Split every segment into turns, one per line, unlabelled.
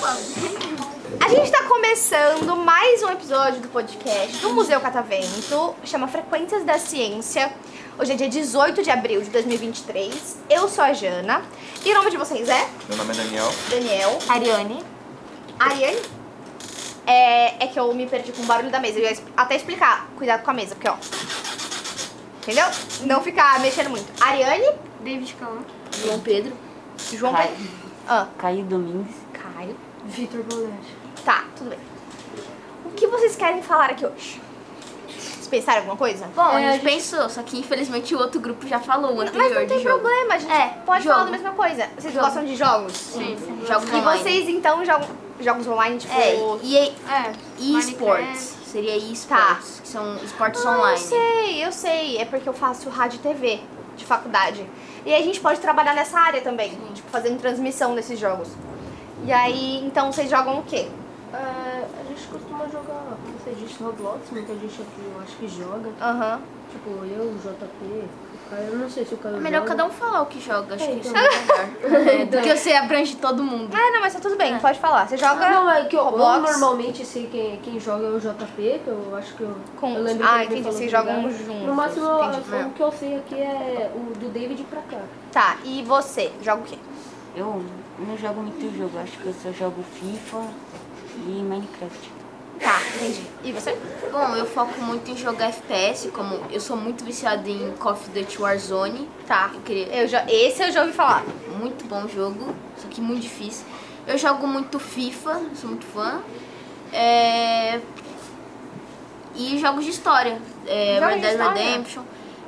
A gente tá começando mais um episódio do podcast do Museu Catavento, chama Frequências da Ciência. Hoje é dia 18 de abril de 2023. Eu sou a Jana. E o nome de vocês é
Meu nome é Daniel.
Daniel.
Ariane.
Ariane. É, é que eu me perdi com o barulho da mesa. Eu ia es- até explicar. Cuidado com a mesa, porque ó. Entendeu? Não ficar mexendo muito. Ariane,
David Calan. João Pedro.
João
Caio.
Pedro. Ah,
Caio Domingues.
Caio.
Vitor Bolete.
Tá, tudo bem. O que vocês querem falar aqui hoje? Vocês pensaram em alguma coisa?
Bom,
É,
a
a
gente pensou, só que infelizmente o outro grupo já falou o anterior
Mas não tem
de jogo.
problema, a gente
É,
pode
jogo.
falar da mesma coisa. Vocês
Jogo.
gostam de jogos?
Sim.
E
Jogos online.
vocês então jogam jogos online, tipo.
É, e,
É,
e esportes. Seria e-sports, que são esportes
Ah, Eu
online.
sei, eu sei. É porque eu faço rádio e TV de faculdade. E a gente pode trabalhar nessa área também, tipo, fazendo transmissão desses jogos. E aí, então vocês jogam o quê?
Ah, a gente costuma jogar, muita gente Roblox, muita gente aqui eu acho que joga.
Aham.
Tipo, eu, o JP, o Caio, eu não sei se o Caio
É melhor
joga.
cada um falar o que joga, acho
É,
que isso
então.
é melhor. É, do que você abrange todo mundo.
Ah, não, mas tá tudo bem, pode falar. Você joga.
Não, é que eu, eu
Roblox?
normalmente sei quem, quem joga é o JP, que eu acho que eu,
Com-
eu lembro
Ah,
que ele
entendi,
falou
vocês
que
jogam
jogava.
juntos,
No máximo, eu-
entendi.
eu- o que eu sei aqui é o do David pra cá.
Tá, e você? Joga o quê?
Eu não jogo muito jogo, acho que eu só jogo FIFA e Minecraft.
Tá, entendi. E você?
Bom, eu foco muito em jogar FPS, como eu sou muito viciado em Call of Duty Warzone. Tá. Eu queria...
Eu já... Esse eu já ouvi falar.
Muito bom jogo, só que muito difícil. Eu jogo muito FIFA, sou muito fã. É... E jogos de história. É,
Jogos
Red
de
Dead
história?
Redemption.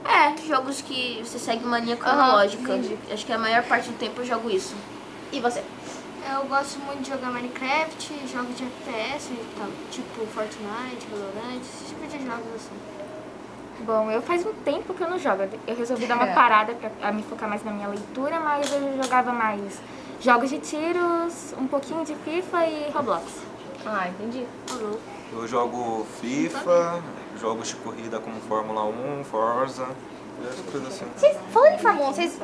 É, jogos que você segue uma linha cronológica.
entendi.
Acho que a maior parte do tempo eu jogo isso.
E você?
Eu gosto muito de jogar Minecraft, jogos de FPS e tal, tipo Fortnite, Valorant, esse tipo de jogos assim.
Bom, eu faz um tempo que eu não jogo. Eu resolvi dar uma
É.
parada pra pra me focar mais na minha leitura, mas eu jogava mais jogos de tiros, um pouquinho de FIFA e Roblox.
Ah, entendi.
Eu jogo FIFA, jogos de corrida como Fórmula 1, Forza, e essas coisas assim.
Vocês, falando em Fórmula 1, vocês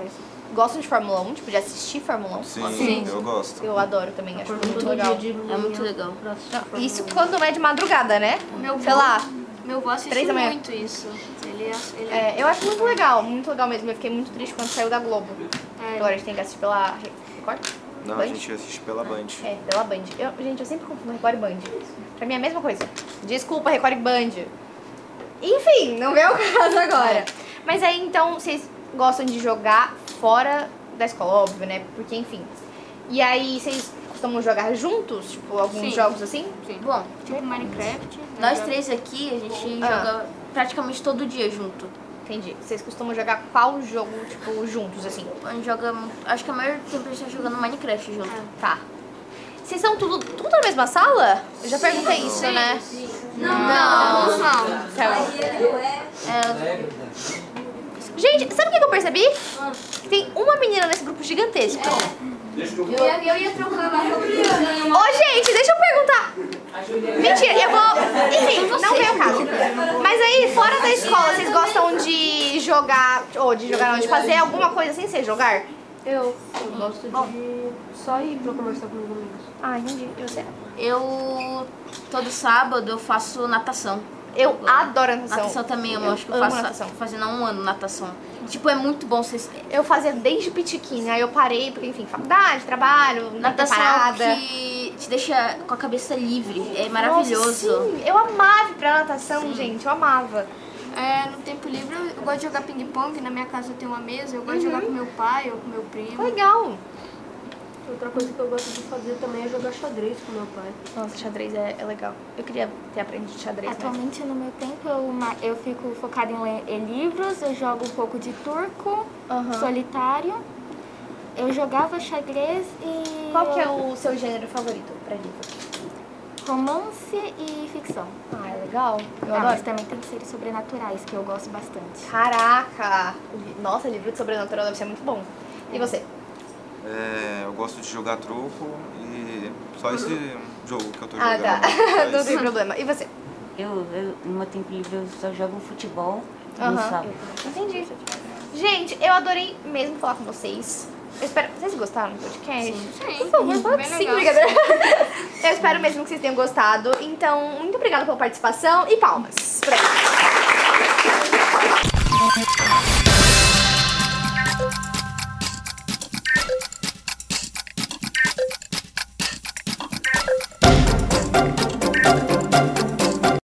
gostam de Fórmula 1? Tipo, de assistir Fórmula 1?
Sim, eu gosto.
Eu adoro também, acho muito legal.
Todo dia de
tipo
É muito
manhã,
legal.
pra assistir pra
Isso
mim.
quando é de madrugada, né?
Meu
Sei lá.
Meu avô
Três da
assiste
manhã.
muito isso. Ele, ass- ele
É, eu acho muito legal, muito legal mesmo. Eu fiquei muito triste quando saiu da Globo.
É.
Agora a gente tem que assistir pela Re- Record?
Não,
Band?
a gente assiste pela Band.
É, pela Band. Eu- gente, eu sempre confundo Record e Band. Pra mim é a mesma coisa. Desculpa, Record e Band. Enfim, não é o caso agora. Mas aí então vocês gostam de jogar fora da escola, óbvio, né? Porque enfim. E aí vocês costumam jogar juntos? Tipo, alguns
Sim.
jogos assim?
Bom,
tipo Minecraft. né,
nós
joga-
três aqui, a gente
Ah.
joga praticamente todo dia junto.
Entendi. Vocês costumam jogar qual jogo, tipo, juntos assim?
A gente joga. Acho que a maior tempo a gente tá jogando Minecraft junto.
Tá. Vocês são tudo, tudo na mesma sala? Eu já perguntei isso, né?
Não.
Não, não.
Gente, sabe o que que eu percebi? Tem uma menina nesse grupo gigantesco. Eu, ia trocar lá Ô, gente, deixa eu perguntar. Mentira, eu vou. Enfim, não veio o caso. Mas aí, fora da escola, vocês gostam de jogar. Ou de jogar, não, de fazer alguma coisa sem ser jogar?
Eu,
Uhum.
eu gosto de sair pra conversar com meus amigos.
Ah, entendi. E você?
Eu. Todo sábado eu faço natação.
Eu adoro natação.
Natação também, eu,
Então, eu
acho que eu
amo
faço
natação.
fazendo há um ano natação. Tipo, é muito bom vocês.
Eu fazia desde pitiquinha, aí eu parei, porque, enfim, faculdade, trabalho, né,
Natação é algo
parada.
que te deixa com a cabeça livre. É maravilhoso.
Nossa, sim, eu amava ir pra natação, gente, eu amava.
É, no tempo livre eu eu gosto de jogar ping-pong, na minha casa eu tenho uma mesa, eu gosto de jogar com meu pai ou com meu primo.
Legal.
Outra coisa que eu gosto de fazer também é jogar xadrez com meu pai.
Nossa, xadrez é, é legal. Eu queria ter aprendido xadrez, né?
Atualmente, no meu tempo, eu, ma- eu fico focada em ler em livros, eu jogo um pouco de turco,
Aham.
solitário. Eu jogava xadrez e
Qual que é o seu gênero favorito pra livro?
romance e ficção.
Ah, é legal. Eu
Ah, mas
adoro.
também tem seres sobrenaturais, que eu gosto bastante.
Caraca! Nossa, livro de sobrenatural deve ser muito bom. E você?
É, eu gosto de jogar truco e só esse jogo que eu tô
Ah,
jogando. É
tá.
só
Não
esse.
tem problema. E você?
Eu, eu, no meu tempo livre, eu só jogo futebol no
Aham.
sábado.
Entendi. Gente, eu adorei mesmo falar com vocês. Eu espero. Vocês gostaram do podcast?
Sim.
Por favor, fala que
Bem
sim,
legal.
brincadeira. Eu espero mesmo que vocês tenham gostado. Então, muito obrigada pela participação e palmas. Pra eles.